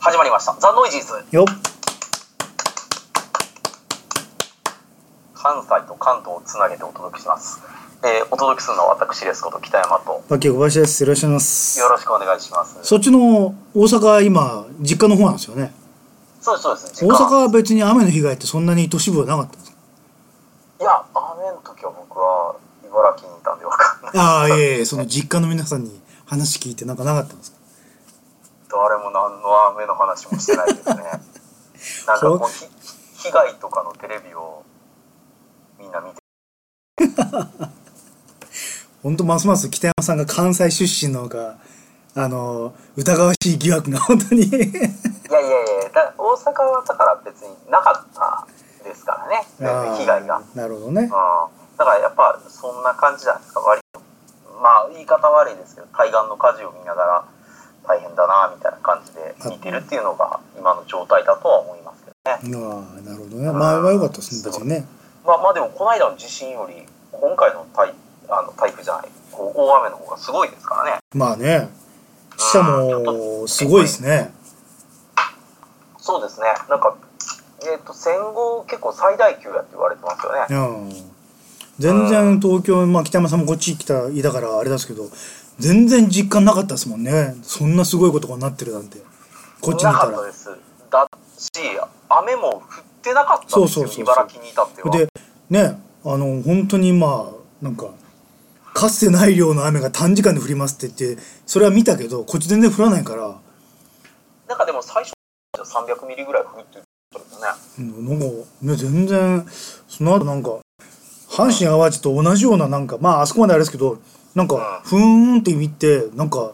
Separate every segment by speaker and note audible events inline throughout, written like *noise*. Speaker 1: 始まりました「ザ・ノイジーズ
Speaker 2: よっ」
Speaker 1: 関西と関東をつなげてお届けします、えーお届けするのは私ですこと北山と
Speaker 2: バッキー小林ですよろしくお願いします
Speaker 1: よろしくお願いします
Speaker 2: そっちの大阪今実家の方なんですよね
Speaker 1: そうですそうです
Speaker 2: 大
Speaker 1: 時間
Speaker 2: 阪は別に雨の被害ってそんなに都市部はなかったんですか
Speaker 1: いや雨の時は僕は茨城にいたんでわかんない
Speaker 2: ああいえいえその実家の皆さんに話聞いてなんかなかったんですか
Speaker 1: 誰も何の雨の話もしてない
Speaker 2: *laughs*
Speaker 1: ですねなんかこうひ被害とかのテレビをみんな見て
Speaker 2: ほんとますます北山さんが関西出身なのかあの疑わしい疑惑が本 *laughs* 当に
Speaker 1: いやいやいやだ大阪はだから別になかったですからね全然被害が
Speaker 2: あ。ーなるほどね
Speaker 1: うんだからやっぱそんな感じじゃないですか割とまあ言い方悪いですけど海岸の火事を見ながら大変だなみたいな感じで見てるっていうのが今の状態だとは思いますけどね
Speaker 2: ああなるほどね前は良かったですね別にね
Speaker 1: まあまあでもこの間の地震より今回の台あの台風じゃないこう大雨の方がすごいですからね
Speaker 2: まあね死者もすごいですね
Speaker 1: そうですねなんかえっ、と戦後結構最大級やって言われてますよね
Speaker 2: うん全然東京、まあ、北山さんもこっち来たいだからあれですけど全然実感なかったですもんねそんなすごいことがなってるなんてこっち見た
Speaker 1: なかった
Speaker 2: ら
Speaker 1: ですだし雨も降ってなかったんです
Speaker 2: そ
Speaker 1: よ
Speaker 2: うそうそうそう
Speaker 1: 茨城にいたっては
Speaker 2: でねあの本当にまあなんかかつてない量の雨が短時間で降りますって言ってそれは見たけどこっち全然降らないから、
Speaker 1: なんかでも最初300ミリぐらい降るって言ってたけどね。
Speaker 2: うん、なんか、ね、全然その後なんか阪神・淡路と同じようななんかまああそこまであれですけどなんかふーんって見てなんか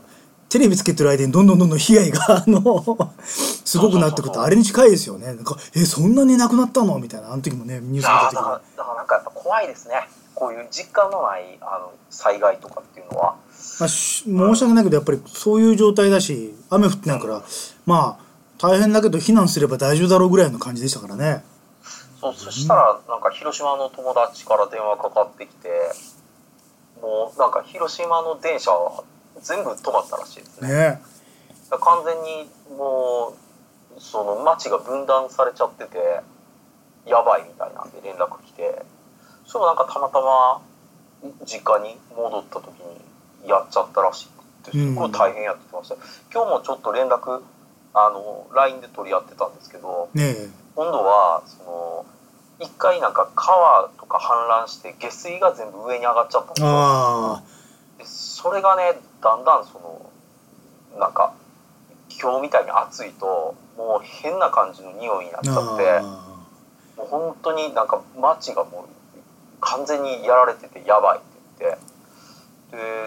Speaker 2: テレビつけてる間にどんどんどんどん被害が *laughs* あのすごくなってく
Speaker 1: そうそうそ
Speaker 2: ると
Speaker 1: う
Speaker 2: あれに近いですよねなんかえそんなになくなったのみたいなあの時もねニュース見
Speaker 1: あ
Speaker 2: た
Speaker 1: あ
Speaker 2: 時
Speaker 1: だから
Speaker 2: も
Speaker 1: だからなんかやっぱ怖いですね。こういう実感のないあの災害とかっていうのは。
Speaker 2: まあ、し申し訳ないけどやっぱりそういう状態だし雨降ってないからまあ大変だけど避難すれば大丈夫だろうぐらいの感じでしたからね
Speaker 1: そうそしたらなんか広島の友達から電話かかってきて、もうなんか広島の電車は全部止まったらしいですね。
Speaker 2: ね
Speaker 1: だから完全にもうその街が分断されちゃっててやばいみたいなんで連絡来てそれもなんかたまたま実家に戻った時にやっちゃったらしくて
Speaker 2: う
Speaker 1: す
Speaker 2: ん
Speaker 1: ごい大変やって言ってました、今日もちょっと連絡あの LINE で取り合ってたんですけど
Speaker 2: ねえ
Speaker 1: 今度はその一回なんか川とか氾濫して下水が全部上に上がっちゃったんですよ
Speaker 2: ああ
Speaker 1: でそれがねだんだんそのなんか今日みたいに暑いともう変な感じの匂いになっちゃって
Speaker 2: ああ
Speaker 1: もう本当になんか街がもう完全にやられててやばいって言って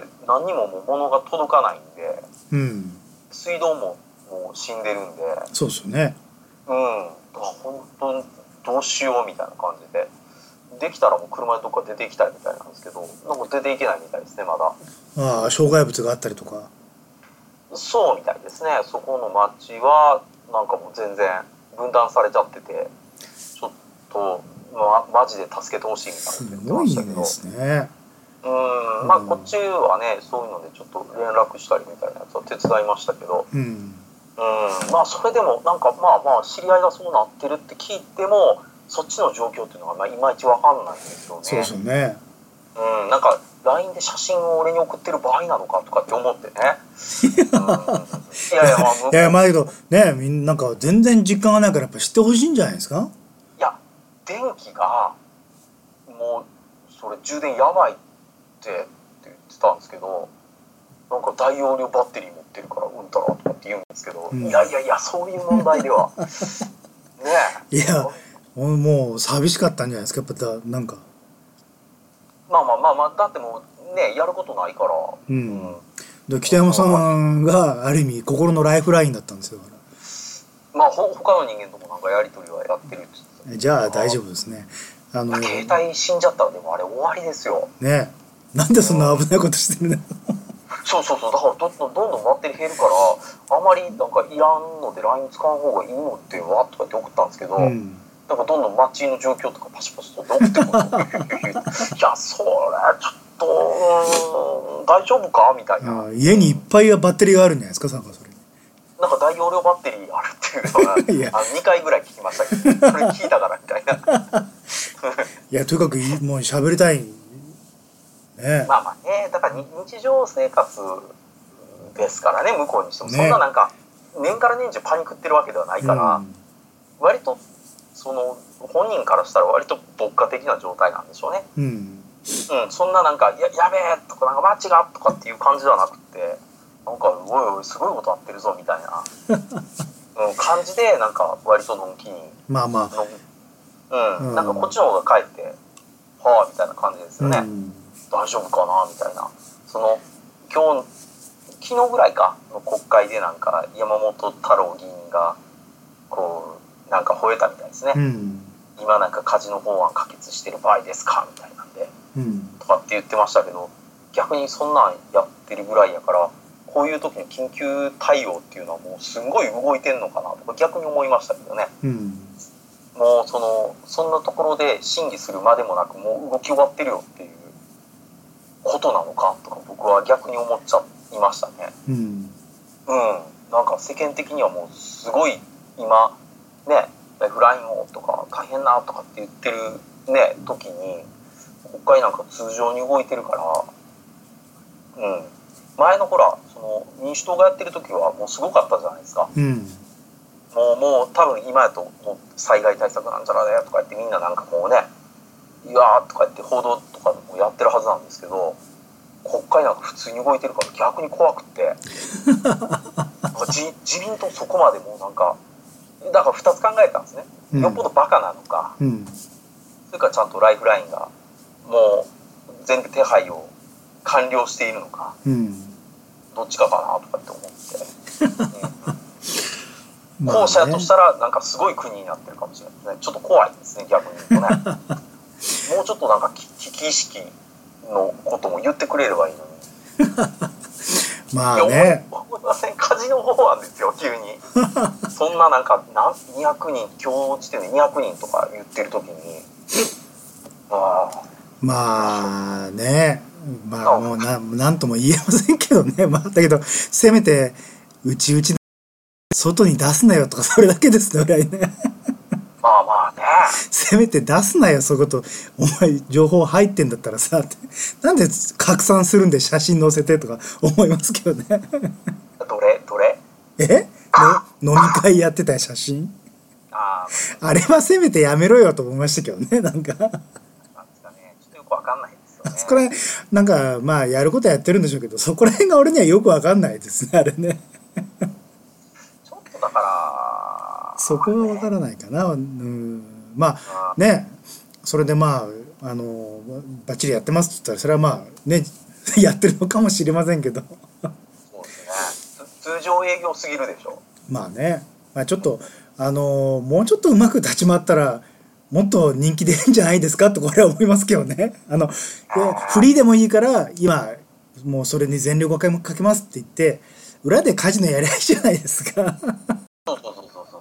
Speaker 1: で何にももう物が届かないんで
Speaker 2: うん
Speaker 1: 水道ももう死んでるんで
Speaker 2: そうですよね
Speaker 1: うんだから本当にどうしようみたいな感じでできたらもう車でどっか出て行きたいみたいなんですけどなんか出て行けないみたいですねまだ。
Speaker 2: ああ障害物があったりとか
Speaker 1: そうみたいですねそこの町はなんかもう全然分断されちゃっててちょっと、ま、マジで助けてほしいみた
Speaker 2: す
Speaker 1: いな
Speaker 2: ごい
Speaker 1: 言って
Speaker 2: で
Speaker 1: ましたけ
Speaker 2: すね
Speaker 1: どう
Speaker 2: うんん
Speaker 1: まあこっちはねそういうのでちょっと連絡したりみたいなやつは手伝いましたけど
Speaker 2: うん
Speaker 1: うんまあそれでもなんかまあまあ知り合いがそうなってるって聞いてもそっちの状況っていうのがまあいまいちわかんないんですよね
Speaker 2: そうですよね
Speaker 1: うん、なんか LINE で写真を俺に送ってる場合なのかとかって思
Speaker 2: *laughs*
Speaker 1: ってね、うん、いやいやまあ向こう
Speaker 2: いやまあだけどねみんななんか全然実感がないからやっぱ知ってほしいんじゃないですか
Speaker 1: いや電気がもうそれ充電やばいってって言ってたんですけどなんか大容量バッテリー持ってるからうんたらとかって言うんですけど、
Speaker 2: うん
Speaker 1: いやいやいやそういう問題で
Speaker 2: *laughs*
Speaker 1: はねえ
Speaker 2: いやもうもう寂しかったんじゃないですかやっぱだなんか
Speaker 1: まあまあまあまあだってもうねやることないから、
Speaker 2: う
Speaker 1: うんん
Speaker 2: で北山さんがある意味心のライフラインだったんですよだか
Speaker 1: まあほ他の人間ともなんかやり取りはやってるって言って
Speaker 2: らじゃあ大丈夫ですねあの
Speaker 1: た携帯死んじゃったらでもあれ終わりですよ
Speaker 2: ねなんでそんな危ないことしてるの
Speaker 1: そうそうそうだからどんどんどんどんバッテリー減るからあまりなんかいらんので LINE 使う方がいいのってわとかって送ったんですけど、
Speaker 2: うん
Speaker 1: なんかどんどん街の状況とかパシパシと送ってくるの
Speaker 2: *laughs*
Speaker 1: いやそれちょっとうーん大丈夫かみたいな、
Speaker 2: ああ家にいっぱいバッテリーがあるんじゃないですかさんかそれ
Speaker 1: なんか大容量バッテリーあるっていうの
Speaker 2: *laughs* いや
Speaker 1: はあ2回ぐらい聞きましたけどそれ聞いたからみたいな
Speaker 2: いやとにかくいもう喋りたいねえ
Speaker 1: まあまあねだからに日常生活ですからね向こうにしても、
Speaker 2: ね
Speaker 1: そんななんか年から年中パニクってるわけではないから、
Speaker 2: うん
Speaker 1: 割とその本人からしたら割と牧歌的な状態なんでしょうね
Speaker 2: うん
Speaker 1: うん、そんななんか、ややべえとか、なんかマッチがとかっていう感じではなくて、なんか、おいおい、すごいことなってるぞみたいな、うん、感じで、なんか、割とのんきに、
Speaker 2: まあま
Speaker 1: のん
Speaker 2: う
Speaker 1: うんん、なんかこっちの方がかえって、はあみたいな感じですよね、
Speaker 2: あ、うん、
Speaker 1: 大丈夫かなみたいな、その、今日、昨日ぐらいか、の国会でなんか、山本太郎議員が、こう、なんか吠えたみたいですね、
Speaker 2: うん
Speaker 1: 今なんかカジノ法案可決してる場合ですかみたいなんで。
Speaker 2: うん
Speaker 1: とかって言ってましたけど逆にそんなんやってるぐらいやからこういう時の緊急対応っていうのはもうすんごい動いてんのかなとか逆に思いましたけどね
Speaker 2: うん
Speaker 1: もうそのそんなところで審議するまでもなくもう動き終わってるよっていうことなのかとか僕は逆に思っちゃいましたね
Speaker 2: うん
Speaker 1: うんなんか世間的にはもうすごい今ねライフラインをとか大変なとかって言ってるね時に国会なんか通常に動いてるからうん前のほらその民主党がやってる時はもうすごかったじゃないですか
Speaker 2: うん
Speaker 1: もうもう多分今やともう災害対策なんちゃらだよとか言ってみんななんかもうねいやーとか言って報道とかもやってるはずなんですけど国会なんか普通に動いてるから逆に怖くてなんか自自民党そこまでもうなんかだから2つ考えたんですね、
Speaker 2: うん
Speaker 1: よっぽどバカなのか
Speaker 2: うん
Speaker 1: それからちゃんとライフラインがもう全部手配を完了しているのか
Speaker 2: うん
Speaker 1: どっちかかなとかって思って。
Speaker 2: *laughs* まあね
Speaker 1: 後者やとしたらなんかすごい国になってるかもしれないですねちょっと怖いですね逆に言う
Speaker 2: *laughs*
Speaker 1: とねもうちょっとなんかき危機意識のことも言ってくれればいいのに、
Speaker 2: ま
Speaker 1: いや
Speaker 2: あね
Speaker 1: 思い思いませんカジノ法案ですよ急
Speaker 2: *laughs*
Speaker 1: にそんななんかなん200人今日時点で200人とか言ってる時にああ
Speaker 2: まあねまあもうななんとも言えませんけどねまあだけどせめてうちうちの外に出すなよとかそれだけですね俺はね
Speaker 1: まあまあね
Speaker 2: せめて出すなよそういうことお前情報入ってんだったらさってなんで拡散するんで写真載せてとか思いますけどね
Speaker 1: どれどれ
Speaker 2: えの飲み会やってた写真
Speaker 1: ああ
Speaker 2: あれはせめてやめろよと思いましたけどね *laughs* なんか
Speaker 1: なんですかねちょっとよくわかんないですよね
Speaker 2: そこら辺なんかまあやることはやってるんでしょうけどそこら辺が俺にはよくわかんないですねあれ *laughs* ね
Speaker 1: ちょっとだから
Speaker 2: そこがわからないかな、うん、まあねそれでまああのバッチリやってますって言ったらそれはまあね *laughs* やってるのかもしれませんけど
Speaker 1: そうですねつ通常営業すぎるでしょ
Speaker 2: まあね、まあ、ちょっとあのもうちょっとうまく立ち回ったらもっと人気出るんじゃないですかとこれは思いますけどねあのでフリーでもいいから今もうそれに全力をかけますって言って裏でカジノやりゃいいじゃないですか *laughs*
Speaker 1: そうそうそうそうそ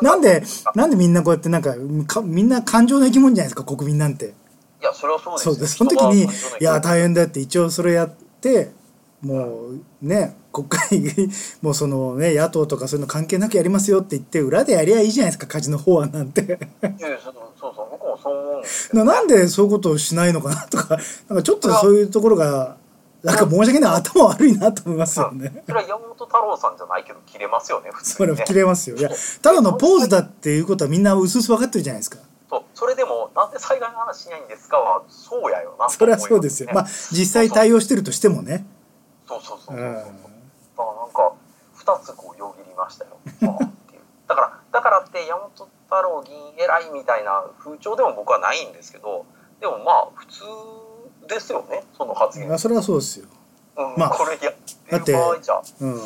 Speaker 1: う
Speaker 2: なんでなんでみんなこうやってなんかかみんな感情の生き物じゃないですか国民なんて。
Speaker 1: いやそれはそうです
Speaker 2: そ
Speaker 1: よ
Speaker 2: うですその時に
Speaker 1: 人が
Speaker 2: 「いや大変だ」って一応それやってもうね国会 *laughs* 議員もうそのね野党とかそういうの関係なくやりますよって言って裏でやりゃいいじゃないですかカジノ法案なんて *laughs*
Speaker 1: いやいやそうそうそう僕もそう思うんですよ
Speaker 2: ななんでそういうことをしないのかなとかなんかちょっとそういうところがなんか申し訳ない頭悪いなと思いますよね。
Speaker 1: それは山本太郎さんじゃないけど切れますよね普
Speaker 2: そ
Speaker 1: 通に
Speaker 2: れは
Speaker 1: ね
Speaker 2: 切れますよいやただのポーズだっていうことはみんな薄々分かってるじゃないですか
Speaker 1: そうそれでもなんで災害の話しないんですかはそうやよな
Speaker 2: それはそうですよまあ実際対応してるとしてもね
Speaker 1: そうそうそうそうそううだか
Speaker 2: ん
Speaker 1: らなんか二つこうよぎりま
Speaker 2: *laughs*
Speaker 1: したよはあっていうだからだからって山本太郎議員偉いみたいな風潮でも僕はないんですけどでもまあ普通ですよねその発言、う
Speaker 2: まあそれはそうですよ
Speaker 1: ん
Speaker 2: まあ
Speaker 1: これやってる場合じゃ
Speaker 2: うん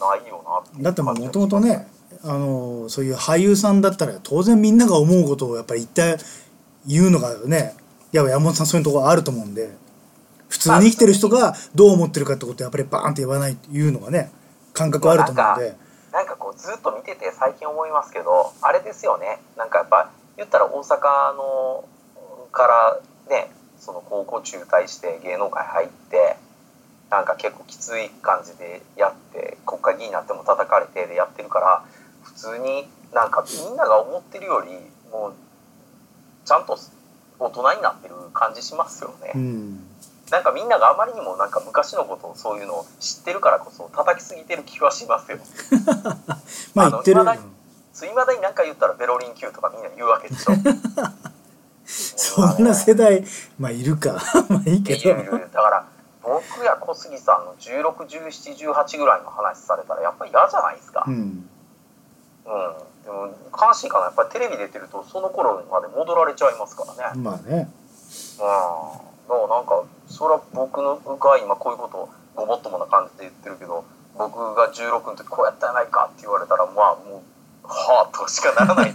Speaker 1: ないよなっていう
Speaker 2: だっても
Speaker 1: 感じが
Speaker 2: ともとねあのそういう俳優さんだったら当然みんなが思うことをやっぱり一体言うのがねやっぱ山本さんそういうところあると思うんで普通に生きてる人がどう思ってるかってことをやっぱりバーンって言わない言うのがね感覚はあると思うんで
Speaker 1: なんかこうずっと見てて最近思いますけどあれですよねなんかやっぱ言ったら大阪のからねその高校中退して芸能界入ってなんか結構きつい感じでやって国会議になっても叩かれてでやってるから普通になんかみんなが思ってるよりもうちゃんと大人になってる感じしますよね、
Speaker 2: うん
Speaker 1: なんかみんながあまりにもなんか昔のことをそういうのを知ってるからこそ叩きすぎてる気はしますよ
Speaker 2: まあ
Speaker 1: あの
Speaker 2: 言ってる
Speaker 1: 未だにいまだに何か言ったらベロリン級とかみんな言うわけでしょ
Speaker 2: *laughs* そんな世代まあいるか *laughs* まあいいけ
Speaker 1: いやい
Speaker 2: ど
Speaker 1: やいやだから僕や小杉さんの161718ぐらいの話されたらやっぱり嫌じゃないですか、う
Speaker 2: うんん
Speaker 1: でも関心かなやっぱりテレビ出てるとその頃まで戻られちゃいますからねうん
Speaker 2: まあね
Speaker 1: だからなんかそれは僕のが今こういうことをごもっともな感じで言ってるけど僕が16の時こうやったやないかって言われたらまあもうはあとしかならない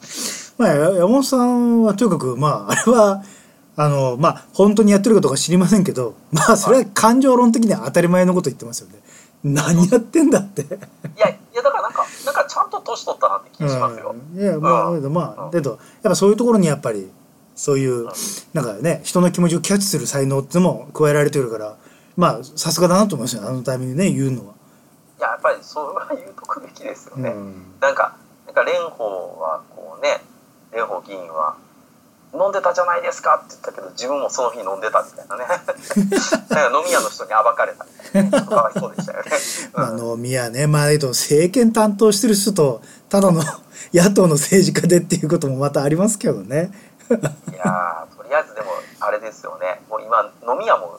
Speaker 1: ですよね
Speaker 2: *laughs* まあや山本さんはとにかくまああれはあのまあ本当にやってるかどうか知りませんけどまあそれは感情論的には当たり前のこと言ってますよね何やってんだって
Speaker 1: いやいやだからなんかなんかちゃんと年取ったなって気がしますよ、
Speaker 2: うん、いやまあ
Speaker 1: うん
Speaker 2: だけどま
Speaker 1: う
Speaker 2: あ
Speaker 1: ん
Speaker 2: だけどやっぱそういうところにやっぱりそういう
Speaker 1: うん
Speaker 2: なんかね人の気持ちをキャッチする才能ってのも加えられてるからまあさすがだなと思いますよあのタイミングでね言うのは。
Speaker 1: いややっぱりそれは言うとくべきですよ
Speaker 2: う
Speaker 1: ね、
Speaker 2: ん
Speaker 1: なんか、なんか蓮舫はこうね、蓮舫議員は、飲んでたじゃないですかって言ったけど、自分もその日飲んでたみたい
Speaker 2: *laughs*
Speaker 1: なね。なんか飲み屋の人に暴かれたみたいな、ね。ちょ
Speaker 2: *laughs*
Speaker 1: っとかわいそうでしたよね。
Speaker 2: まあ、の宮ね、まあ、だけど政権担当してる人とただの野党の政治家でっていうこともまたありますけどね。
Speaker 1: いやーとりあえずでも、あれですよね。もう今、飲み屋も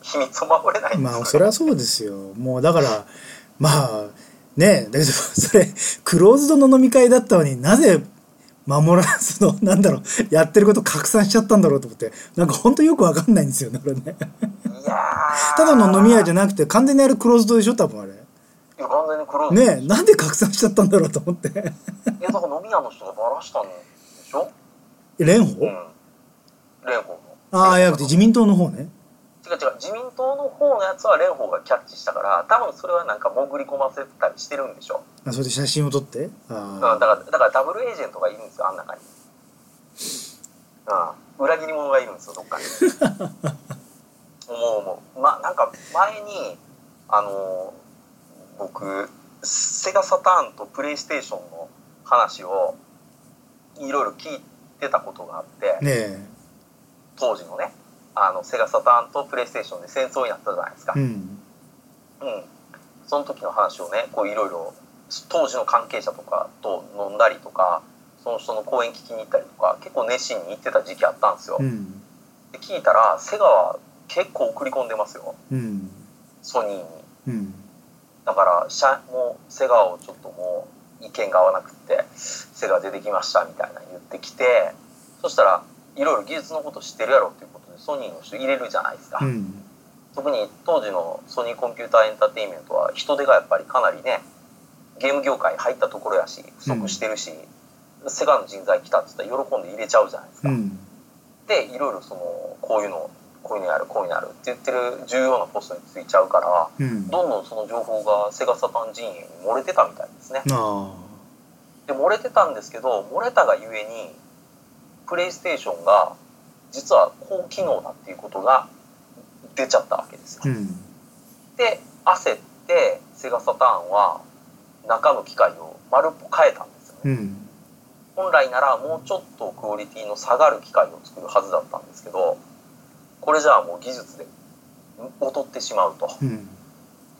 Speaker 1: 秘密を守れないんですよ、ね。
Speaker 2: まあそれはそうですよもうだからまあねだけどそれクローズドの飲み会だったのになぜ守らずのなんだろうやってること拡散しちゃったんだろうと思ってなんか本当よくわかんないんですよねこれね
Speaker 1: いやー
Speaker 2: ただの飲み屋じゃ
Speaker 1: ゃ
Speaker 2: なくて完全にあれクローズドでしょ多分あれ
Speaker 1: 完全に黒い。
Speaker 2: ねえなんで拡散しちゃったんだろうと思って
Speaker 1: いや、だから飲み屋の人がバラしたんでしょ
Speaker 2: 蓮
Speaker 1: うん。
Speaker 2: 舫
Speaker 1: 蓮舫の。
Speaker 2: ああいやなくて自民党の方ね
Speaker 1: 違う違う自民党の方のやつは蓮舫がキャッチしたから多分それはなんか潜り込ませたりしてるんでしょ、
Speaker 2: あそれで写真を撮って
Speaker 1: うん、
Speaker 2: あ
Speaker 1: だ
Speaker 2: あ
Speaker 1: からだからダブルエージェントがいるんですよあん中に、うん、裏切り者がいるんですよどっ *laughs* かに思う思うまあなんか前にあのー僕セガサターンとプレイステーションの話をいろいろ聞いてたことがあって、
Speaker 2: ねえ
Speaker 1: 当時のねあのセガサターンとプレイステーションで戦争になったじゃないですか、
Speaker 2: うん
Speaker 1: うん、その時の話をねこういろいろ当時の関係者とかと飲んだりとかその人の講演聞きに行ったりとか結構熱心に行ってた時期あったんですよ、
Speaker 2: うん
Speaker 1: で聞いたらセガは結構送り込んでますよ
Speaker 2: うん
Speaker 1: ソニーに
Speaker 2: うん
Speaker 1: だから社もうセガをちょっともう意見が合わなくってセガ出てきましたみたいな言ってきてそしたらいろいろ技術のこと知ってるやろっていうことでソニーの人入れるじゃないですか、
Speaker 2: うん
Speaker 1: 特に当時のソニーコンピューターエンターテインメントは人手がやっぱりかなりねゲーム業界入ったところやし不足してるし、セガの人材来たっつったら喜んで入れちゃうじゃないです
Speaker 2: う
Speaker 1: か。
Speaker 2: ん
Speaker 1: でいろいろそのこういうのこういうのやるこういうのやるって言ってる重要なポストについちゃうから
Speaker 2: うん
Speaker 1: どんどんその情報がセガサタン陣営に漏れてたみたいですね。
Speaker 2: あ
Speaker 1: で漏れてたんですけど漏れたがゆえにプレイステーションが実は高機能だっていうことが出ちゃったわけですよ
Speaker 2: あ。うん
Speaker 1: で焦ってセガサターンは中の機械を丸っぽ変えたんですよね、
Speaker 2: うん
Speaker 1: 本来ならもうちょっとクオリティの下がる機械を作るはずだったんですけどこれじゃあもう技術で劣ってしまうとっ
Speaker 2: うん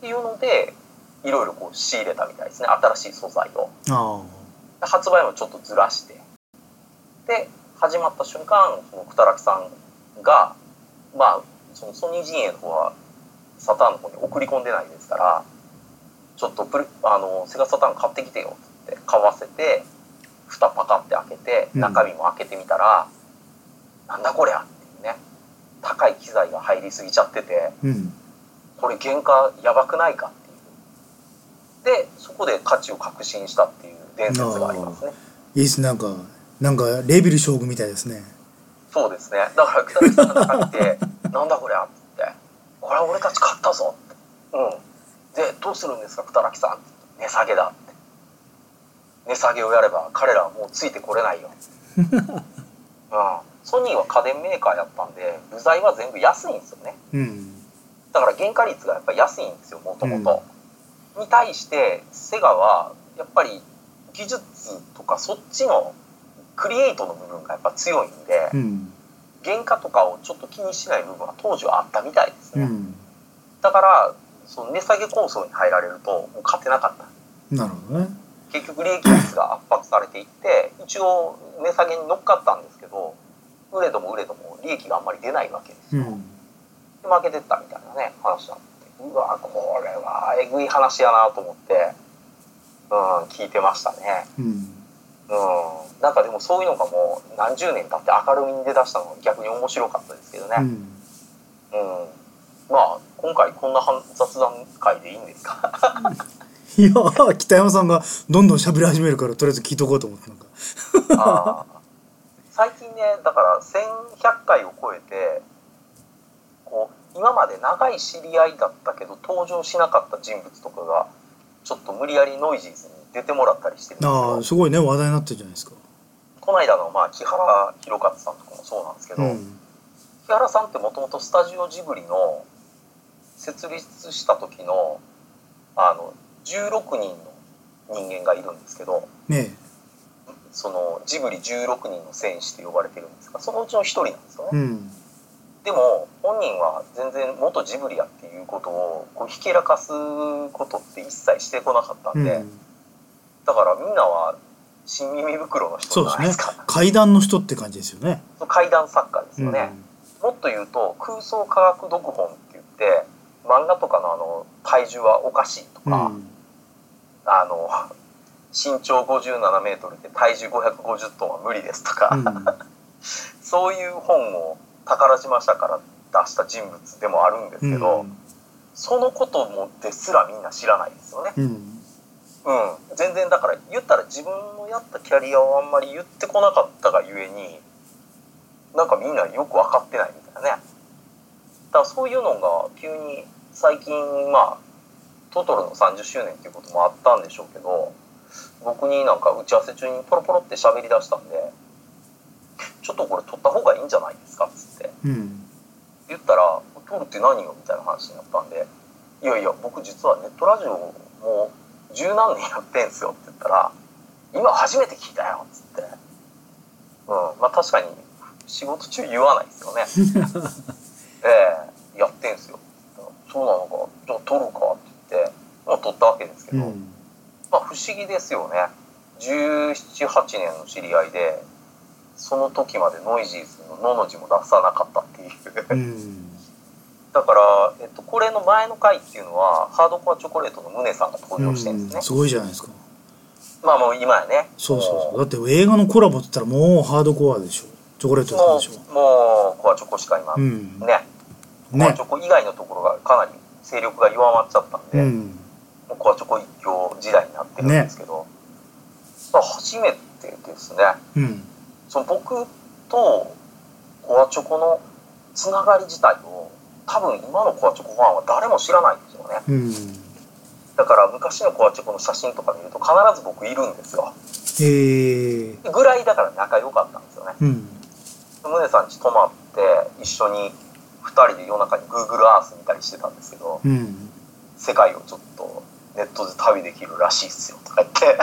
Speaker 1: ていうのでいろいろこう仕入れたみたいですね新しい素材を
Speaker 2: あ
Speaker 1: 発売もちょっとずらしてで始まった瞬間そのく木さんがまあそのソニー陣営の方はサターンの方に送り込んでないですからちょっとプレあのセガサターン買ってきてよって買わせて蓋パカって開けて
Speaker 2: うん
Speaker 1: 中身も開けてみたら、なんだこりゃっていうね高い機材が入りすぎちゃってて
Speaker 2: うん
Speaker 1: これ原価やばくないかっていうでそこで価値を確信したっていう伝説がありますね。
Speaker 2: いいですねなんかなんかレビル将軍みたいですね
Speaker 1: そうですね。だから、くだりさんが中にいて、 *laughs* なんだこりゃって。これは俺たち買ったぞって。うん。で、どうするんですか、くたらきさんって。値下げだって。値下げをやれば、彼らはもうついてこれないよ。うん。ソニーは家電メーカーやったんで、部材は全部安いんですよね。
Speaker 2: うん
Speaker 1: だから、原価率がやっぱり安いんですよ、もともと。に対してセガはやっぱり技術とかそっちのクリエイトの部分がやっぱ強いんで、
Speaker 2: うん
Speaker 1: 原価とかをちょっと気にしない部分は当時はあったみたいです
Speaker 2: う
Speaker 1: ね、
Speaker 2: ん
Speaker 1: だからその値下げ構想に入られるともう勝てなかった
Speaker 2: なるほどね
Speaker 1: 結局利益率が圧迫されていって一応値下げに乗っかったんですけど売れども売れども利益があんまり出ないわけです
Speaker 2: う
Speaker 1: よ、
Speaker 2: ん
Speaker 1: で負けてったみたいなね話だってうわこれはえぐい話やなと思ってうん聞いてましたね
Speaker 2: うん
Speaker 1: うんなんかでもそういうのがもう何十年経って明るみに出だしたのが逆に面白かったですけどね
Speaker 2: う
Speaker 1: うん、
Speaker 2: ん
Speaker 1: まあ今回こんな雑談会でいいんです
Speaker 2: *laughs*
Speaker 1: か
Speaker 2: いやー北山さんがどんどん喋り始めるからとりあえず聞いとこうと思ってなんか
Speaker 1: あー最近ねだから1100回を超えてこう今まで長い知り合いだったけど登場しなかった人物とかがちょっと無理やりノイジーズに出てもらったりしてるんです
Speaker 2: ああ
Speaker 1: けど
Speaker 2: すごいね話題になってるじゃないですか
Speaker 1: この間のまあ木原博勝さんとかもそうなんですけど、
Speaker 2: うん
Speaker 1: 木原さんってもともとスタジオジブリの設立した時のあの16人の人間がいるんですけど
Speaker 2: ね
Speaker 1: そのジブリ16人の戦士と呼ばれてるんですがそのうちの1人なんですよね
Speaker 2: え、うん
Speaker 1: でも本人は全然元ジブリやっていうことをこうひけらかすことって一切してこなかった
Speaker 2: うん
Speaker 1: で、
Speaker 2: ん
Speaker 1: だからみんなは新耳袋の人
Speaker 2: そう
Speaker 1: じ
Speaker 2: で
Speaker 1: ゃ
Speaker 2: す
Speaker 1: ないで
Speaker 2: ね
Speaker 1: すか
Speaker 2: 階段の人って感じですよね
Speaker 1: 怪談作家です
Speaker 2: う
Speaker 1: よ
Speaker 2: ん
Speaker 1: ね、もっと言うと空想科学読本って言って漫画とかのあの体重はおかしいと
Speaker 2: う
Speaker 1: か、
Speaker 2: ん
Speaker 1: あの身長57メートルで体重550トンは無理ですとか、
Speaker 2: うん
Speaker 1: そういう本を宝島社から出した人物でもあるんですけど、そのこともですらみんな知らないですよね。
Speaker 2: うんうん
Speaker 1: うん、全然だから言ったら自分のやったキャリアをあんまり言ってこなかったがゆえになんかみんなよく分かってないみたいなねだからそういうのが急に最近まあトトロの30周年っていうこともあったんでしょうけど僕になんか打ち合わせ中にポロポロって喋りだしたんで「ちょっとこれ撮った方がいいんじゃないですか」っつって
Speaker 2: うん
Speaker 1: 言ったら「撮るって何よ」みたいな話になったんで「いやいや僕実はネットラジオもう十何年やってんすよ」って言ったら「今初めて聞いたよ」っつってうんまあ確かに仕事中言わないです
Speaker 2: *laughs*
Speaker 1: よねええやってんすよって言ったらそうなのかじゃあ撮るかって言ってもう撮ったわけですけ
Speaker 2: う
Speaker 1: ど、
Speaker 2: ん
Speaker 1: まあ不思議ですよね1718年の知り合いでその時までノイジーズの「の」の字も出さなかったっていう
Speaker 2: うん
Speaker 1: だから、えっと、これの前の回っていうのはハードコアチョコレートのムネさんが登場してるんですね、
Speaker 2: すごいじゃないですか
Speaker 1: まあもう今やね
Speaker 2: そうそうそうだって映画のコラボって言ったらもうハードコアでしょチョコレート
Speaker 1: も
Speaker 2: や
Speaker 1: う
Speaker 2: つでしょ
Speaker 1: もうコアチョコしか今、
Speaker 2: うん
Speaker 1: ねコア
Speaker 2: ね
Speaker 1: チョコ以外のところがかなり勢力が弱まっちゃったんで、
Speaker 2: うん
Speaker 1: もうコアチョコ一強時代になってるんですけど、まあ、初めてですね
Speaker 2: うん
Speaker 1: その僕とコアチョコのつながり自体を多分今のコアチョコファンは誰も知らないんですよね
Speaker 2: うん
Speaker 1: だから昔のコアチョコの写真とか見ると必ず僕いるんですよ
Speaker 2: ええ
Speaker 1: ぐらいだから仲良かったんですよね
Speaker 2: うん
Speaker 1: 宗さん家泊まって一緒に2人で夜中に Google Earth 見たりしてたんですけど
Speaker 2: うん
Speaker 1: 世界をちょっとネットで旅できるらしいっすよとか言って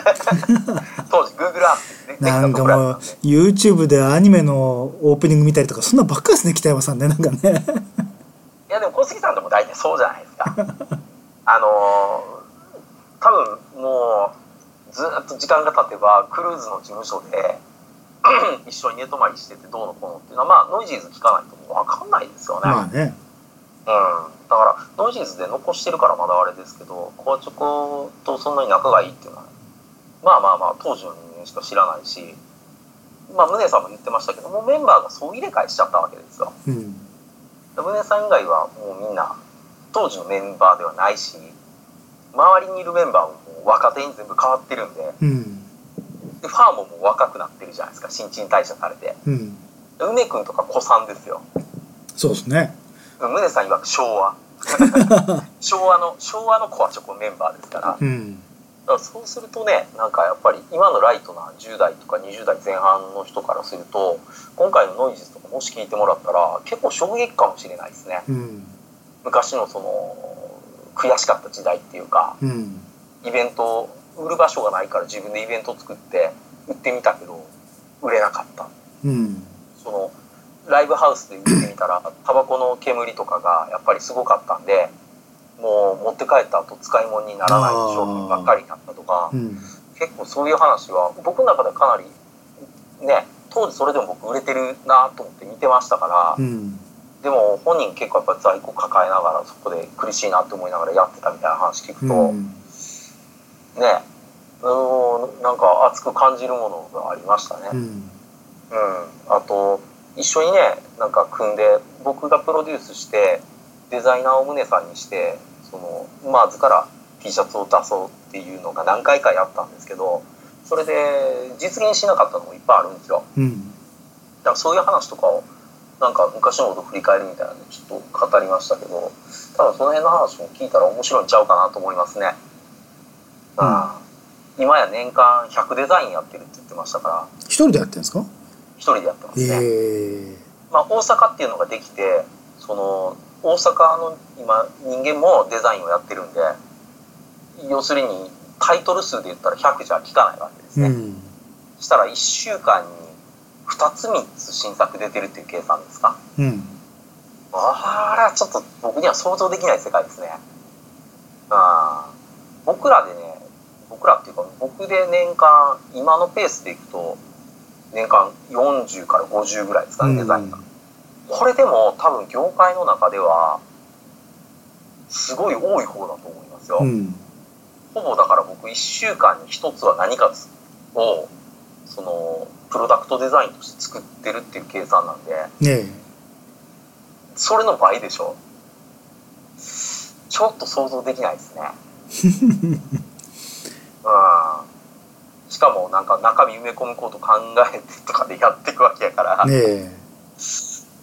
Speaker 1: 当時 Google Earth ででき
Speaker 2: な
Speaker 1: た
Speaker 2: ん
Speaker 1: と
Speaker 2: か
Speaker 1: ころ
Speaker 2: も
Speaker 1: だ
Speaker 2: う
Speaker 1: ったんで
Speaker 2: YouTube でアニメのオープニング見たりとかそんなばっかですね北山さんねなんかね
Speaker 1: いやでも小杉さんでも大体そうじゃないですかあのー多分もうずっと時間が経てばクルーズの事務所で *clears throat* 一緒に寝泊まりしててどうのこうのっていうのはまあノイジーズ聞かないともう分かんないですよね、
Speaker 2: まあね
Speaker 1: うん、だからノイジーズで残してるからまだあれですけどコアチョコとそんなに仲がいいっていうのはまあまあまあ当時の人間しか知らないしまあ宗さんも言ってましたけどもうメンバーが総入れ替えしちゃったわけですよ
Speaker 2: うん
Speaker 1: で宗さん以外はもうみんな当時のメンバーではないし周りにいるメンバーももう若手に全部変わってるんで
Speaker 2: うん
Speaker 1: でファーももう若くなってるじゃないですか新陳代謝されて
Speaker 2: うん
Speaker 1: で梅君とか子さんですよ
Speaker 2: そうですね
Speaker 1: 宗さん曰く昭和昭和の昭和のコアチョコメンバーですからだ
Speaker 2: うん
Speaker 1: からそうするとねなんかやっぱり今のライトな10代とか20代前半の人からすると今回のノイジーズとかもし聞いてもらったら結構衝撃かもしれないですね
Speaker 2: うん
Speaker 1: 昔のその悔しかった時代っていうか
Speaker 2: うん
Speaker 1: イベントを売る場所がないから自分でイベント作って売ってみたけど売れなかった
Speaker 2: うん
Speaker 1: そのライブハウスで売ってみたらタバコの煙とかがやっぱりすごかったんでもう持って帰った後使い物にならない商品ばっかりになったとか
Speaker 2: うん
Speaker 1: 結構そういう話は僕の中ではかなりね当時それでも僕売れてるなと思って見てましたから、
Speaker 2: うん
Speaker 1: でも本人結構やっぱ在庫抱えながらそこで苦しいなって思いながらやってたみたいな話聞くと、
Speaker 2: う
Speaker 1: ね
Speaker 2: ん
Speaker 1: うーんなんか熱く感じるものがありましたね。
Speaker 2: うん
Speaker 1: うん、あと一緒にねなんか組んで僕がプロデュースしてデザイナーを宗さんにしてそのマーズから T シャツを出そうっていうのが何回かやったんですけどそれで実現しなかったのもいっぱいあるんですよ
Speaker 2: うん
Speaker 1: だからそういう話とかをなんか昔のことを振り返るみたいなのでちょっと語りましたけど多分その辺の話も聞いたら面白いんちゃうかなと思いますね、
Speaker 2: うん
Speaker 1: うん、今や年間100デザインやってるって言ってましたから
Speaker 2: 一人でやってるんですか
Speaker 1: 一人でやってます
Speaker 2: え
Speaker 1: ね、
Speaker 2: え
Speaker 1: まあ、大阪っていうのができてその大阪の今人間もデザインをやってるんで要するにタイトル数で言ったら100じゃ効かないわけです
Speaker 2: う
Speaker 1: ね、
Speaker 2: ん
Speaker 1: したら1週間に2つ3つ新作出てるっていう計算ですか
Speaker 2: うん
Speaker 1: あらちょっと僕には想像できない世界ですねあー僕らでね僕らっていうか僕で年間今のペースでいくと年間40から50ぐらいですかねデザインが。これでも多分業界の中ではすごい多い方だと思いますよ、
Speaker 2: うん
Speaker 1: ほぼだから僕1週間に1つは何かをそのプロダクトデザインとして作ってるっていう計算なんで
Speaker 2: ねえ
Speaker 1: それの倍でしょちょっと想像できない
Speaker 2: *laughs*
Speaker 1: ですねうんしかもなんか中身埋め込むこと考えてとかでやっていくわけやから
Speaker 2: ねえ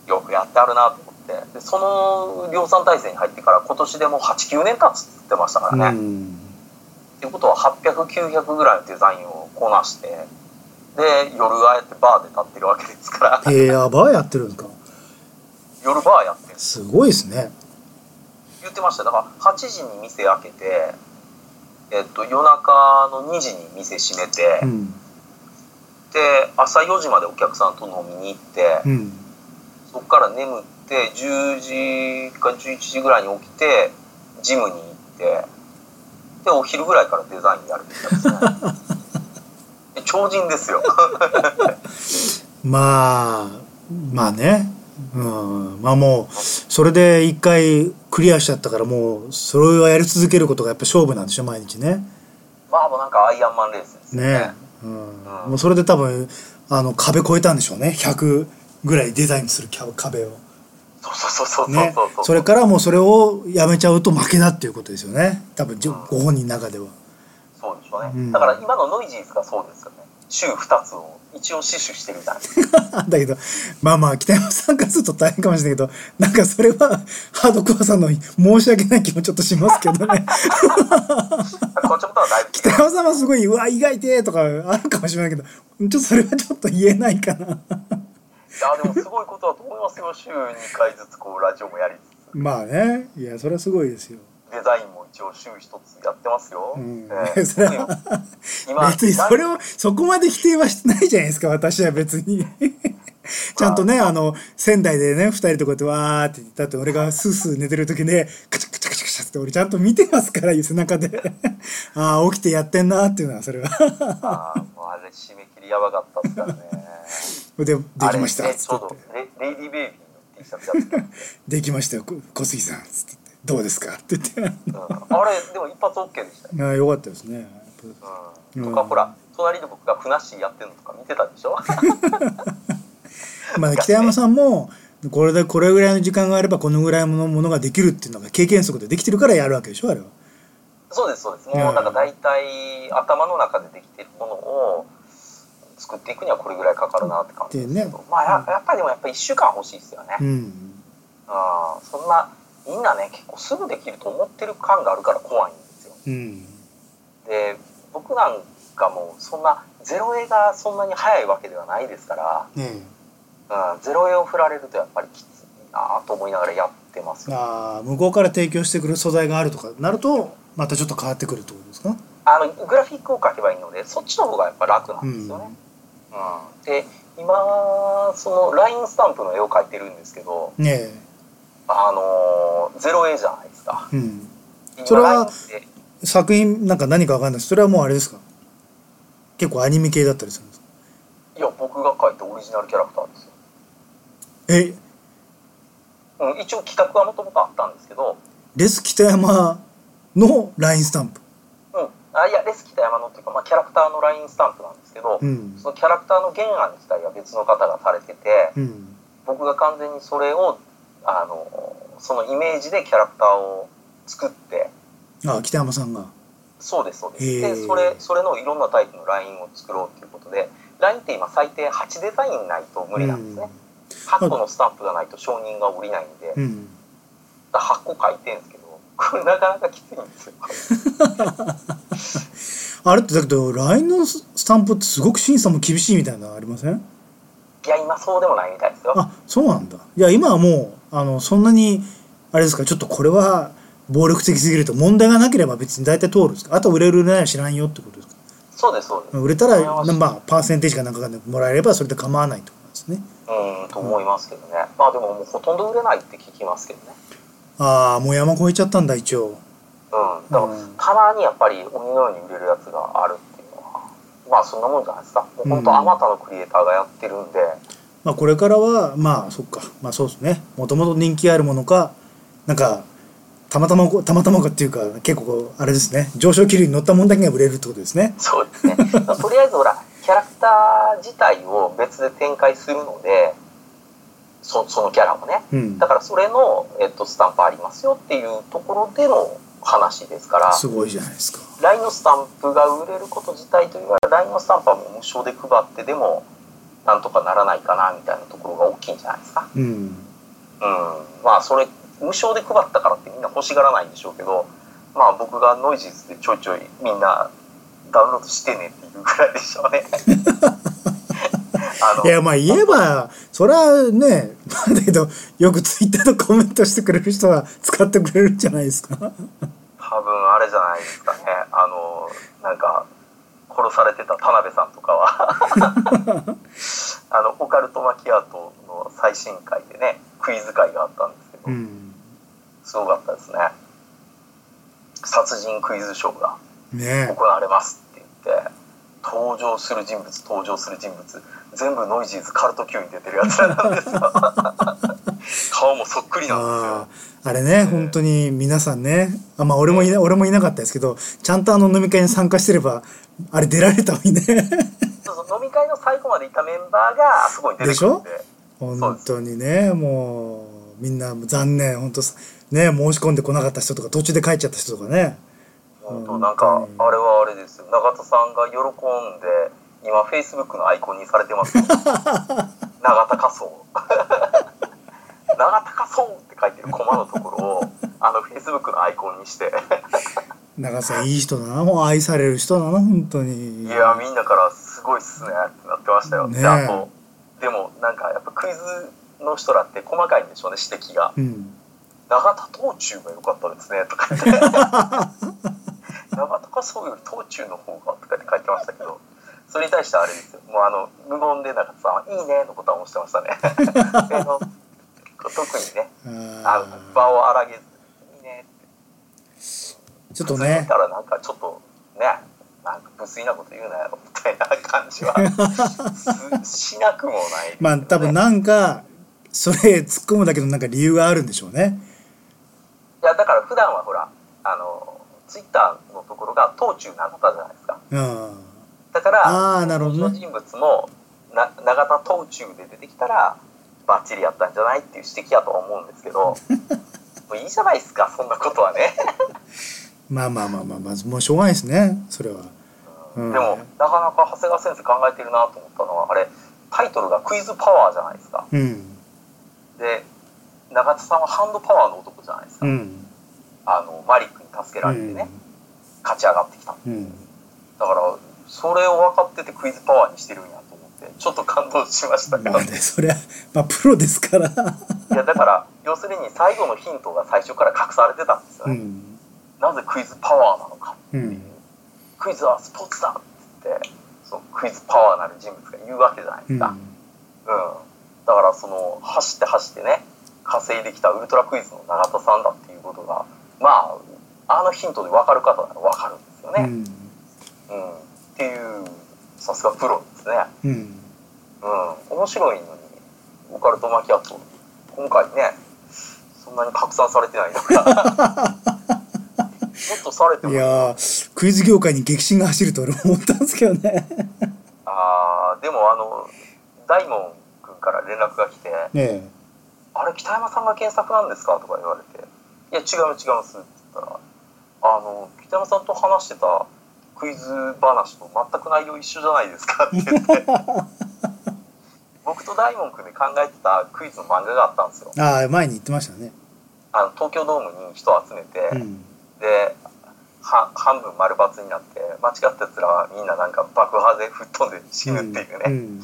Speaker 1: よくやってあるなと思ってでその量産体制に入ってから今年でもう89年経つって言ってましたか
Speaker 2: う
Speaker 1: らね、
Speaker 2: ん
Speaker 1: っていうことは800900ぐらいのデザインをこなしてで夜ああやってバーで立ってるわけですから
Speaker 2: ええやばいやってるんですか
Speaker 1: 夜バーやってる
Speaker 2: すごいですね
Speaker 1: 言ってましただから8時に店開けて、えっと、夜中の2時に店閉めて、
Speaker 2: うん
Speaker 1: で朝4時までお客さんと飲みに行って、
Speaker 2: うん
Speaker 1: そこから眠って10時か11時ぐらいに起きてジムに行ってでお昼ぐらいからデザインやるみたいですね
Speaker 2: *laughs*
Speaker 1: え超人ですよ *laughs*
Speaker 2: まあまあねうんまあもうそれで一回クリアしちゃったからもうそれはやり続けることがやっぱ勝負なんでしょ毎日ね
Speaker 1: まあもうなんかアイアンマンレースですよ
Speaker 2: ね
Speaker 1: ね
Speaker 2: うん、もうそれで多分あの壁越えたんでしょうね100ぐらいデザインするキャ壁を
Speaker 1: そうそうそうそうそう
Speaker 2: ね
Speaker 1: そう
Speaker 2: それからもうそれをやめちゃうと負けだっていうことですよね多分じゅご本人の中では *laughs*
Speaker 1: そうでしょうね、
Speaker 2: うん
Speaker 1: だから今のノイジーズがそうですよね週2つを一応死守してるみたいな
Speaker 2: だけどまあまあ北山さんからすると大変かもしれないけどなんかそれはハードコアさんの申し訳ない気もちょっとしますけどね
Speaker 1: こっちのこ
Speaker 2: *laughs*
Speaker 1: とはだいぶ
Speaker 2: 北山さんはすごい「うわ意外て」とかあるかもしれないけどちょっとそれはちょっと言えないかない *laughs*
Speaker 1: やでもすごいことだと思いますよ週2回ずつこうラジオもやりつつ
Speaker 2: まあねいやそれはすごいですよ
Speaker 1: デザインも一応週1つやってますよ、
Speaker 2: うん
Speaker 1: ね
Speaker 2: *laughs* それは
Speaker 1: 今
Speaker 2: *laughs* 別にそれをそこまで否定はしてないじゃないですか私は別
Speaker 1: *laughs*
Speaker 2: にちゃんとねあの仙台でね2人とこうやってわーって言ったって俺がスースー寝てる時でカチャカチャカチャカチャって俺ちゃんと見てますから背
Speaker 1: *laughs*
Speaker 2: 中でああ起きてやってんなっていうのは *laughs* それは
Speaker 1: あーもうあれ締め切りやばかったっすからね
Speaker 2: でで
Speaker 1: あ
Speaker 2: き
Speaker 1: れ
Speaker 2: ました
Speaker 1: ね
Speaker 2: っ
Speaker 1: ち
Speaker 2: つって
Speaker 1: ょうどレレイディーベイビーの T シャツやってたんで、
Speaker 2: できましたよこ小杉さんっつってどうですかって *laughs* 言って
Speaker 1: うん、あれでも一発 OK でしたよ、
Speaker 2: ああよかったですねやっぱ
Speaker 1: うん、
Speaker 2: うん
Speaker 1: とかほら隣で僕がふなっしーやってるのとか見てたでしょ
Speaker 2: まあ、北山さんもこれでこれぐらいの時間があればこのぐらいのものができるっていうのが経験則でできてるからやるわけでしょあれは。
Speaker 1: そうですそうですも
Speaker 2: いうや
Speaker 1: なんか大体頭の中でできてるものを作っていくにはこれぐらいかかるなって感じですけ
Speaker 2: で
Speaker 1: ど、
Speaker 2: ね
Speaker 1: まあややっぱりでもやっぱり1週間欲しいですよね、
Speaker 2: うん
Speaker 1: あーそんなみんなね結構すぐできると思ってる感があるから怖いんですよ
Speaker 2: うん
Speaker 1: で僕なんかもうそんなゼロ絵がそんなに早いわけではないですか
Speaker 2: ね
Speaker 1: ら、うん、ゼロ絵を振られるとやっぱりきついなと思いながらやっってますよ
Speaker 2: ああ向こうから提供してくる素材があるとかなるとまたちょっと変わってくるってことですか
Speaker 1: あのグラフィックを書けばいいのでそっちの方がやっぱ楽なんですよね、うんで今その LINE スタンプの絵を描いてるんですけど
Speaker 2: ね
Speaker 1: あのー、ゼロ A じゃないですか
Speaker 2: えうん
Speaker 1: 今
Speaker 2: それは
Speaker 1: LINE って
Speaker 2: 作品なんか何かわかんないですそれはもうあれですか結構アニメ系だったりするんですか
Speaker 1: いや僕が描いたオリジナルキャラクターですよ、
Speaker 2: え
Speaker 1: うん、一応企画はもともとあったんですけど、
Speaker 2: レス北山のラインスタンプ
Speaker 1: うん、あいやレス北山のっていうか、まあ、キャラクターの LINE スタンプなんですけど、
Speaker 2: うん
Speaker 1: そのキャラクターの原案自体は別の方がされてて
Speaker 2: うん
Speaker 1: 僕が完全にそれをあのそのイメージでキャラクターを作って
Speaker 2: あ北山さんが
Speaker 1: そうですそうです
Speaker 2: へー
Speaker 1: でそれそれのいろんなタイプのラインを作ろうということでラインって今最低8デザインないと無理なんですね、8個のスタンプがないと承認が下りないんで、
Speaker 2: うんうん
Speaker 1: だから8個書いてんですけどこれなかなかきついんですよ
Speaker 2: あれってだけど LINE のススタンプってすごく審査も厳しいみたいなのありません
Speaker 1: いや今そうでもないみたいですよ
Speaker 2: あそうなんだいや今はもうあのそんなにあれですかちょっとこれは暴力的すぎると問題がなければ別に大体通るんですかあと売れる売れないは知らんよってことですか
Speaker 1: そうですそうです
Speaker 2: 売れたら
Speaker 1: それは
Speaker 2: まあパーセンテージかなんかがもらえればそれで構わないってことなんですね
Speaker 1: うんと思いますけどねまあでももうほとんど売れないって聞きますけどね
Speaker 2: ああもう山越えちゃったんだ一応
Speaker 1: うん、だから
Speaker 2: うん
Speaker 1: たまにやっぱり鬼のように売れるやつがあるっていうのはまあそんなもんじゃないですかもう本当あまたのクリエイターがやってるんで、
Speaker 2: まあこれからはまあそっかまあそうですねもともと人気あるものかなんかたまたまこたまたまかっていうか結構こうあれですね上昇気流に乗ったもんだけが売れるってことですね
Speaker 1: そうですね *laughs* とりあえずほらキャラクター自体を別で展開するのでそそのキャラをね
Speaker 2: うん
Speaker 1: だからそれの、えっと、スタンプありますよっていうところでの話ですから
Speaker 2: すごいじゃないですか
Speaker 1: LINE のスタンプが売れること自体というよりは LINE のスタンプはもう無償で配ってでもなんとかならないかなみたいなところが大きいんじゃないですか
Speaker 2: うん
Speaker 1: うん、まあそれ無償で配ったからってみんな欲しがらないんでしょうけどまあ僕がノイジーズでちょいちょいみんなダウンロードしてねっていうぐらいでしょうね。あ
Speaker 2: い
Speaker 1: の
Speaker 2: やまあ言えばそれはねなんだけどよくツイッターのコメントしてくれる人は使ってくれるんじゃないですか
Speaker 1: 多分あれじゃないですかねあのなんか殺されてた田辺さんとかは
Speaker 2: *laughs*
Speaker 1: あのオカルトマキアートの最新回でねクイズ会があったんですけど、
Speaker 2: うん
Speaker 1: すごかったですね殺人クイズショーが。
Speaker 2: ね
Speaker 1: 行われますって言って登場する人物登場する人物全部ノイジーズカルト Q に出てるやつらなんです *laughs* よ顔もそっくりなん
Speaker 2: あ
Speaker 1: で
Speaker 2: ああれね本当に皆さんねあまあ俺もいな俺もいなかったですけどちゃんとあの飲み会に参加してればあれ出られたのにね *laughs*
Speaker 1: すよそうそう飲み会の最後までいたメンバーがあそこに出てくるんで
Speaker 2: で本当にねもうみんな残念本当さね申し込んでこなかった人とか途中で帰っちゃった人とかね
Speaker 1: 本当なんかあれはあれですよ永田さんが喜んで今フェイスブックのアイコンにされて *laughs* ますよ永田仮想 *laughs* 永田仮想って書いてるコマのところをあのフェイスブックのアイコンにして
Speaker 2: 長さんいい人だなもう愛される人だな本当に
Speaker 1: いやみんなからすごいっすねってなってましたよ、
Speaker 2: ねえ
Speaker 1: であとでもなんかやっぱクイズの人らって細かいんでしょうね指摘が
Speaker 2: うん
Speaker 1: 「永田東中が良かったですね」とか言
Speaker 2: *laughs*
Speaker 1: って「永田かそうより東中の方が」とかって書いてましたけどそれに対してあれですよもうあの無言で永田さんは「いいね」のボタンを押してました
Speaker 2: *laughs*
Speaker 1: ねあの特にねあの場を荒げず「いいね」って
Speaker 2: ちょっと
Speaker 1: 普通に
Speaker 2: ね
Speaker 1: 見たらなんかちょっとねなんか無粋なこと言うなよみたいな感じはすしなくもない、
Speaker 2: まあ多分
Speaker 1: い
Speaker 2: なんかそれ突っ込むだけどなんか理由があるんでしょうね
Speaker 1: やだから普段はほらあのツイッターのところが東中永田じゃないですか
Speaker 2: うん
Speaker 1: だから
Speaker 2: あーなるほど
Speaker 1: 登
Speaker 2: ね
Speaker 1: 場人物もな永田東中で出てきたらバッチリやったんじゃないっていう指摘やとは思うんですけ
Speaker 2: *laughs*
Speaker 1: どもういいじゃないですかそんなことはね、
Speaker 2: まあまあまあまあまあもうしょうがないですねそれは、うん、
Speaker 1: でもなかなか長谷川先生考えてるなと思ったのはあれタイトルが「クイズパワー」じゃないですか
Speaker 2: うん
Speaker 1: で永田さんはハンドパワーの男じゃないですか、
Speaker 2: うん
Speaker 1: あのマリックに助けられてね、勝ち上がってきた
Speaker 2: うんうん
Speaker 1: だからそれを分かっててクイズパワーにしてるんやと思ってちょっと感動しましたけど、
Speaker 2: まあねそれはまあプロですから
Speaker 1: いやだから要するに最後のヒントが最初から隠されてたんですよ、
Speaker 2: う
Speaker 1: ね
Speaker 2: ん
Speaker 1: なぜクイズパワーなのか
Speaker 2: うん
Speaker 1: クイズはスポーツだってってそのクイズパワーなる人物が言うわけじゃないで
Speaker 2: う
Speaker 1: す
Speaker 2: ん
Speaker 1: か、うん、だからその走って走ってね稼いできたウルトラクイズの永田さんだっていうことがまああのヒントで分かる方なら分かるんですよ
Speaker 2: う
Speaker 1: ね、
Speaker 2: ん
Speaker 1: うんっていうさすがプロですね、
Speaker 2: うん
Speaker 1: うん、面白いのにオカルトマキアット今回ねそんなに拡散されてないのからもっとされても
Speaker 2: いやークイズ業界に激震が走ると俺も思ったんですけどね
Speaker 1: あーでもあの大門君から連絡が来て
Speaker 2: ね
Speaker 1: あれ北山さんが検索なんですか?」とか言われて「いや違う違うんす」って言ったら「あの北山さんと話してたクイズ話と全く内容一緒じゃないですか」って言って
Speaker 2: *laughs*
Speaker 1: 僕と大門君で考えてたクイズの漫画があったんですよ
Speaker 2: えああ前に言ってましたね
Speaker 1: あの東京ドームに人を集めて、
Speaker 2: うん
Speaker 1: では半分丸×になって間違ったやつらはみんななんか爆破で吹っ飛んで死ぬっていうね、うん、
Speaker 2: ん
Speaker 1: っ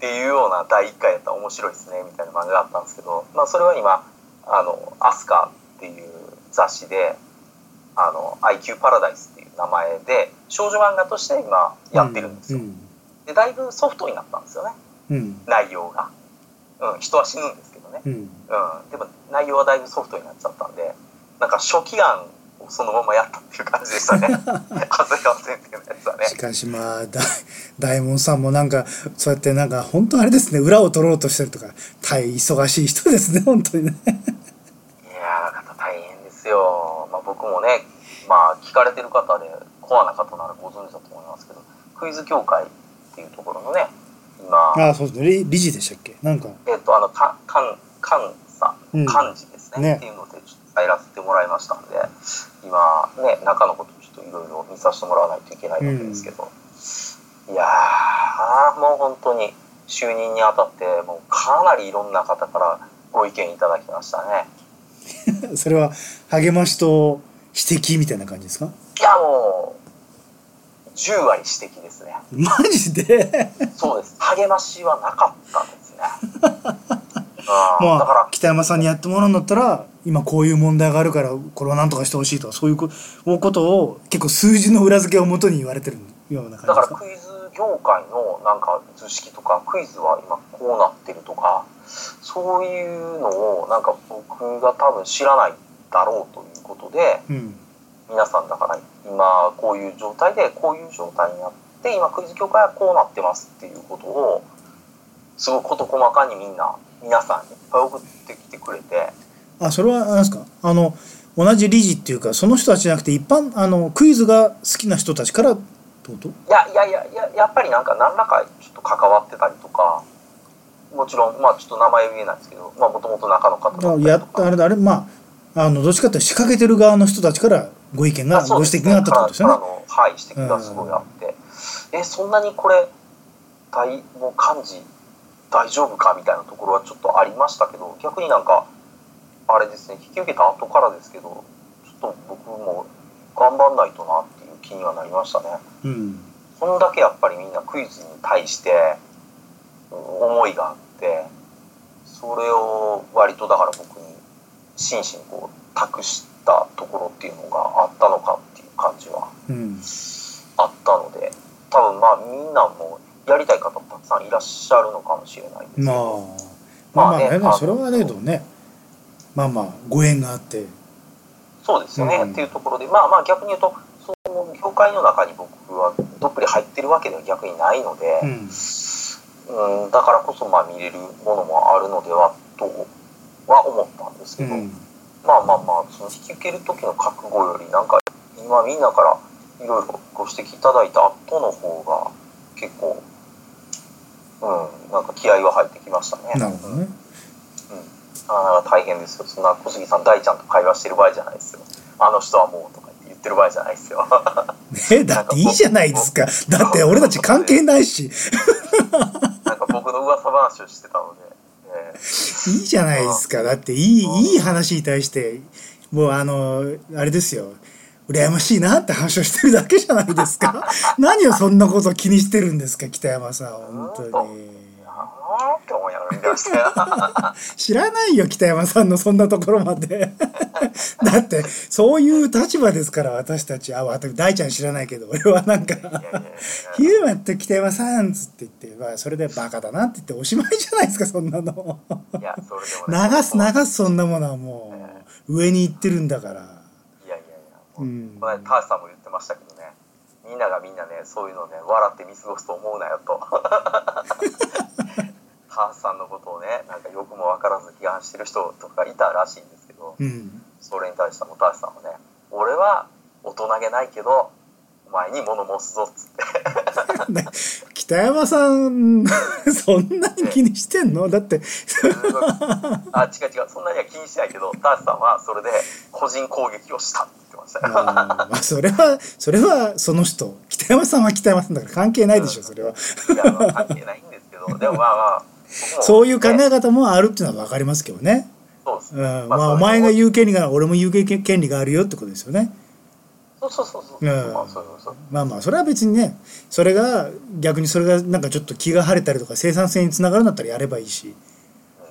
Speaker 1: ていうような第1回やったら面白いですねみたいな漫画だったんですけど、まあ、それは今「あのアスカっていう雑誌で「あの IQ パラダイス」っていう名前で少女漫画として今やってるんですよ、
Speaker 2: うん
Speaker 1: でだいぶソフトになったんですよね
Speaker 2: うん
Speaker 1: 内容が、うん、人は死ぬんですけどね、
Speaker 2: うん
Speaker 1: うん、でも内容はだいぶソフトになっちゃったんでなんか初期案をそのままやったっていう感じでした
Speaker 2: *laughs*
Speaker 1: ね長谷川先生のやつはね
Speaker 2: しかしまあだ大門さんもなんかそうやってなんか本当あれですね裏を取ろうとしてるとか大変忙しい人ですね *laughs* 本当にね
Speaker 1: いやー、方大変ですよ。まあ、僕もね、まあ、聞かれてる方で、コアな方ならご存知だと思いますけど、クイズ協会っていうところのね、今、
Speaker 2: ああそうですね理理事でしたっけなんか
Speaker 1: えっ、と、あの、か、かん、かんさ、
Speaker 2: うん
Speaker 1: 漢字ですね、
Speaker 2: ね
Speaker 1: っていうので、ちょっと入らせてもらいましたんで、今、ね、中のことちょっといろいろ見させてもらわないといけないわけですけど、いやー、もう本当に、就任にあたって、もうかなりいろんな方からご意見いただきましたね。
Speaker 2: それは励ましと指摘みたいな感じですか
Speaker 1: いやもう10割指摘ですね
Speaker 2: マジで
Speaker 1: そう
Speaker 2: *laughs*
Speaker 1: です励ましはなかったんですねうんだ
Speaker 2: まあ
Speaker 1: か
Speaker 2: 北山さんにやってもらうんだったら今こういう問題があるからこれを何とかしてほしいとかそういうこことを結構数字の裏付けをもとに言われてるような
Speaker 1: らだ
Speaker 2: 感
Speaker 1: か
Speaker 2: じで
Speaker 1: ら
Speaker 2: すか
Speaker 1: クイズ業界のなんか図式とかクイズは今こうなってるとかそういうのをなんか僕が多分知らないだろうということで
Speaker 2: うん
Speaker 1: 皆さんだから今こういう状態でこういう状態になって今クイズ協会はこうなってますっていうことをすごい事細かにみんな皆さんいっぱい送ってきてくれて
Speaker 2: あそれはあれですかあの同じ理事っていうかその人たちじゃなくて一般あのクイズが好きな人たちからってこと
Speaker 1: いやいやいやいややっぱりなんか何らかちょっと関わってたりとかもちろんまあちょっと名前は言えないんですけどもともと中の方だった
Speaker 2: あ
Speaker 1: り
Speaker 2: や
Speaker 1: と
Speaker 2: ったあ
Speaker 1: か
Speaker 2: れだあれまああのどっちかっていうと仕掛けてる側の人たちからご意見がご指摘があったってことですよ
Speaker 1: あ
Speaker 2: ね。
Speaker 1: のはい指摘がすごいあって、えそんなにこれ大もう漢字大丈夫かみたいなところはちょっとありましたけど逆になんかあれですね引き受けた後からですけどちょっと僕も頑張んないとなっていう気にはなりましたね。
Speaker 2: うん
Speaker 1: こんだけやっぱりみんなクイズに対してうん思いがあってそれを割とだから僕に真摯にこう託したところっていうのがあったのかっていう感じは
Speaker 2: うん
Speaker 1: あったので多分まあみんなもやりたい方もたくさんいらっしゃるのかもしれないですけ
Speaker 2: まあ
Speaker 1: ど、
Speaker 2: まあま
Speaker 1: まあね
Speaker 2: あね
Speaker 1: あの
Speaker 2: それはねどうねまあまあご縁があって
Speaker 1: そうですよね、
Speaker 2: うん
Speaker 1: っていうところでまあまあ逆に言うとその業界の中に僕はどっぷり入ってるわけでは逆にないので。
Speaker 2: うん
Speaker 1: うん、だからこそまあ見れるものもあるのではとは思ったんです
Speaker 2: う
Speaker 1: けど、
Speaker 2: ん
Speaker 1: まあまあまあその引き受ける時の覚悟よりなんか今みんなからいろいろご指摘いただいた後の方が結構うんなんか気合は入ってきましたね
Speaker 2: なるほどね
Speaker 1: あー大変ですよそんな小杉さん大ちゃんと会話してる場合じゃないですよあの人はもうとか言ってる場合じゃないです
Speaker 2: *laughs*
Speaker 1: よ
Speaker 2: えだっていいじゃないですかだって俺たち関係ないしいい
Speaker 1: なんか僕の噂話をしてたので、えー
Speaker 2: じゃないですかだっていいいい話に対してもうあのあれですよ羨ましいなって話をしてるだけじゃないですか
Speaker 1: *laughs*
Speaker 2: 何をそんなこと気にしてるんですか北山さん本当に
Speaker 1: あーって思いなが見てま
Speaker 2: *laughs*
Speaker 1: したよ。
Speaker 2: 知らないよ北山さんのそんなところま
Speaker 1: *laughs*
Speaker 2: でだってそういう立場ですから私たちあ私大ちゃん知らないけど俺はなんか
Speaker 1: いやいやいや
Speaker 2: 「ヒューマンと北山さん」っつって言って、まあ、それでバカだなって言っておしまいじゃないですかそんなの
Speaker 1: いや、それでもね
Speaker 2: 流す流すそんなものはもう上に行ってるんだから
Speaker 1: いやいやいや、もう
Speaker 2: うん
Speaker 1: この間、ターシさんも言ってましたけどね、みんながみんなね、そういうのね、笑って見過ごすと思うなよ
Speaker 2: *laughs*
Speaker 1: と。ターシさんのことをね、なんかよくも分からず批判してる人とかいたらしいんですけど、
Speaker 2: うん *laughs*
Speaker 1: それに対してもターシさんもね、俺は大人げないけど、お前に物申すぞっつ
Speaker 2: *laughs*
Speaker 1: って。
Speaker 2: ね北山さんそんなに気にしてんのだって
Speaker 1: あ、違う違う、そんなには気にしないけど、ターシさんはそれで個人攻撃をしたって言ってましたよ。
Speaker 2: あ *laughs* *laughs* ーまあそれはそれはその人北山さんは北山さんだから関係ないでしょそれは、
Speaker 1: いや、まあ関係ないんですけど、でもまあまあ、僕も
Speaker 2: そういう考
Speaker 1: ね
Speaker 2: え方もあるっていうのは分かりますけどね、
Speaker 1: そうです
Speaker 2: う
Speaker 1: ね
Speaker 2: ん、まあお前が
Speaker 1: う。
Speaker 2: 言う権利がある俺も言う権利があるよってことですよね
Speaker 1: そうそうそうそう。
Speaker 2: うん
Speaker 1: まあそうそうそう。
Speaker 2: まあまあそれは別にねそれが逆にそれがなんかちょっと気が晴れたりとか生産性につながるんだったらやればいいし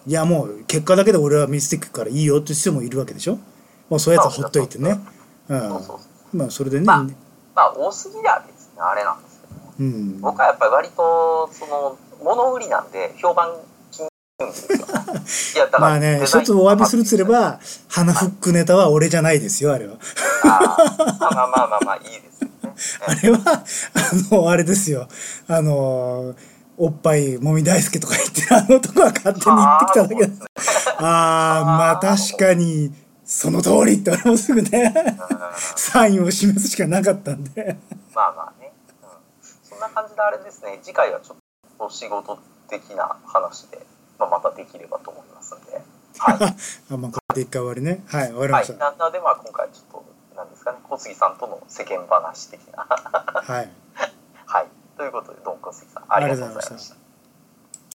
Speaker 2: いやもう結果だけで俺は見せていくからいいよって人もいるわけでしょもうそういうやつはほっといてねうん
Speaker 1: そうそう
Speaker 2: まあそれでね、
Speaker 1: まあまあ多すぎりゃ別にあれなんですけど、
Speaker 2: うん
Speaker 1: 僕はやっぱり割とその物売りなんで評判気にするん
Speaker 2: *laughs*
Speaker 1: ですよ。いやだから
Speaker 2: まあね、
Speaker 1: デザイ
Speaker 2: 一
Speaker 1: ン
Speaker 2: つお詫びするとすれば、花フックネタは俺じゃないですよ、あれは。
Speaker 1: あーまあまあまあまあいいですよね。
Speaker 2: *laughs* あれは、あの、あれですよ。あの、おっぱいもみ大好きとか言ってるあのとこは勝手に言ってきただけなんです。ああ、まあ確かに、その通りって俺もすぐね、
Speaker 1: うんま
Speaker 2: サインを示すしかなかったんで。
Speaker 1: あまあね、うん。そんな感じであれですね。次回はちょっと仕事的な話で、まあ、またできればと思いますんで。 *laughs* はい。
Speaker 2: *laughs* あ、まあこれで一回終わりね。はい、終わり
Speaker 1: は
Speaker 2: ま
Speaker 1: い
Speaker 2: し、た。
Speaker 1: なんなので、まあ、今回ちょっと、なんですかね、小杉さんとの世間話的な。 *laughs*
Speaker 2: はい。
Speaker 1: はい。ということで、どうも小杉さん、ありがとうございました。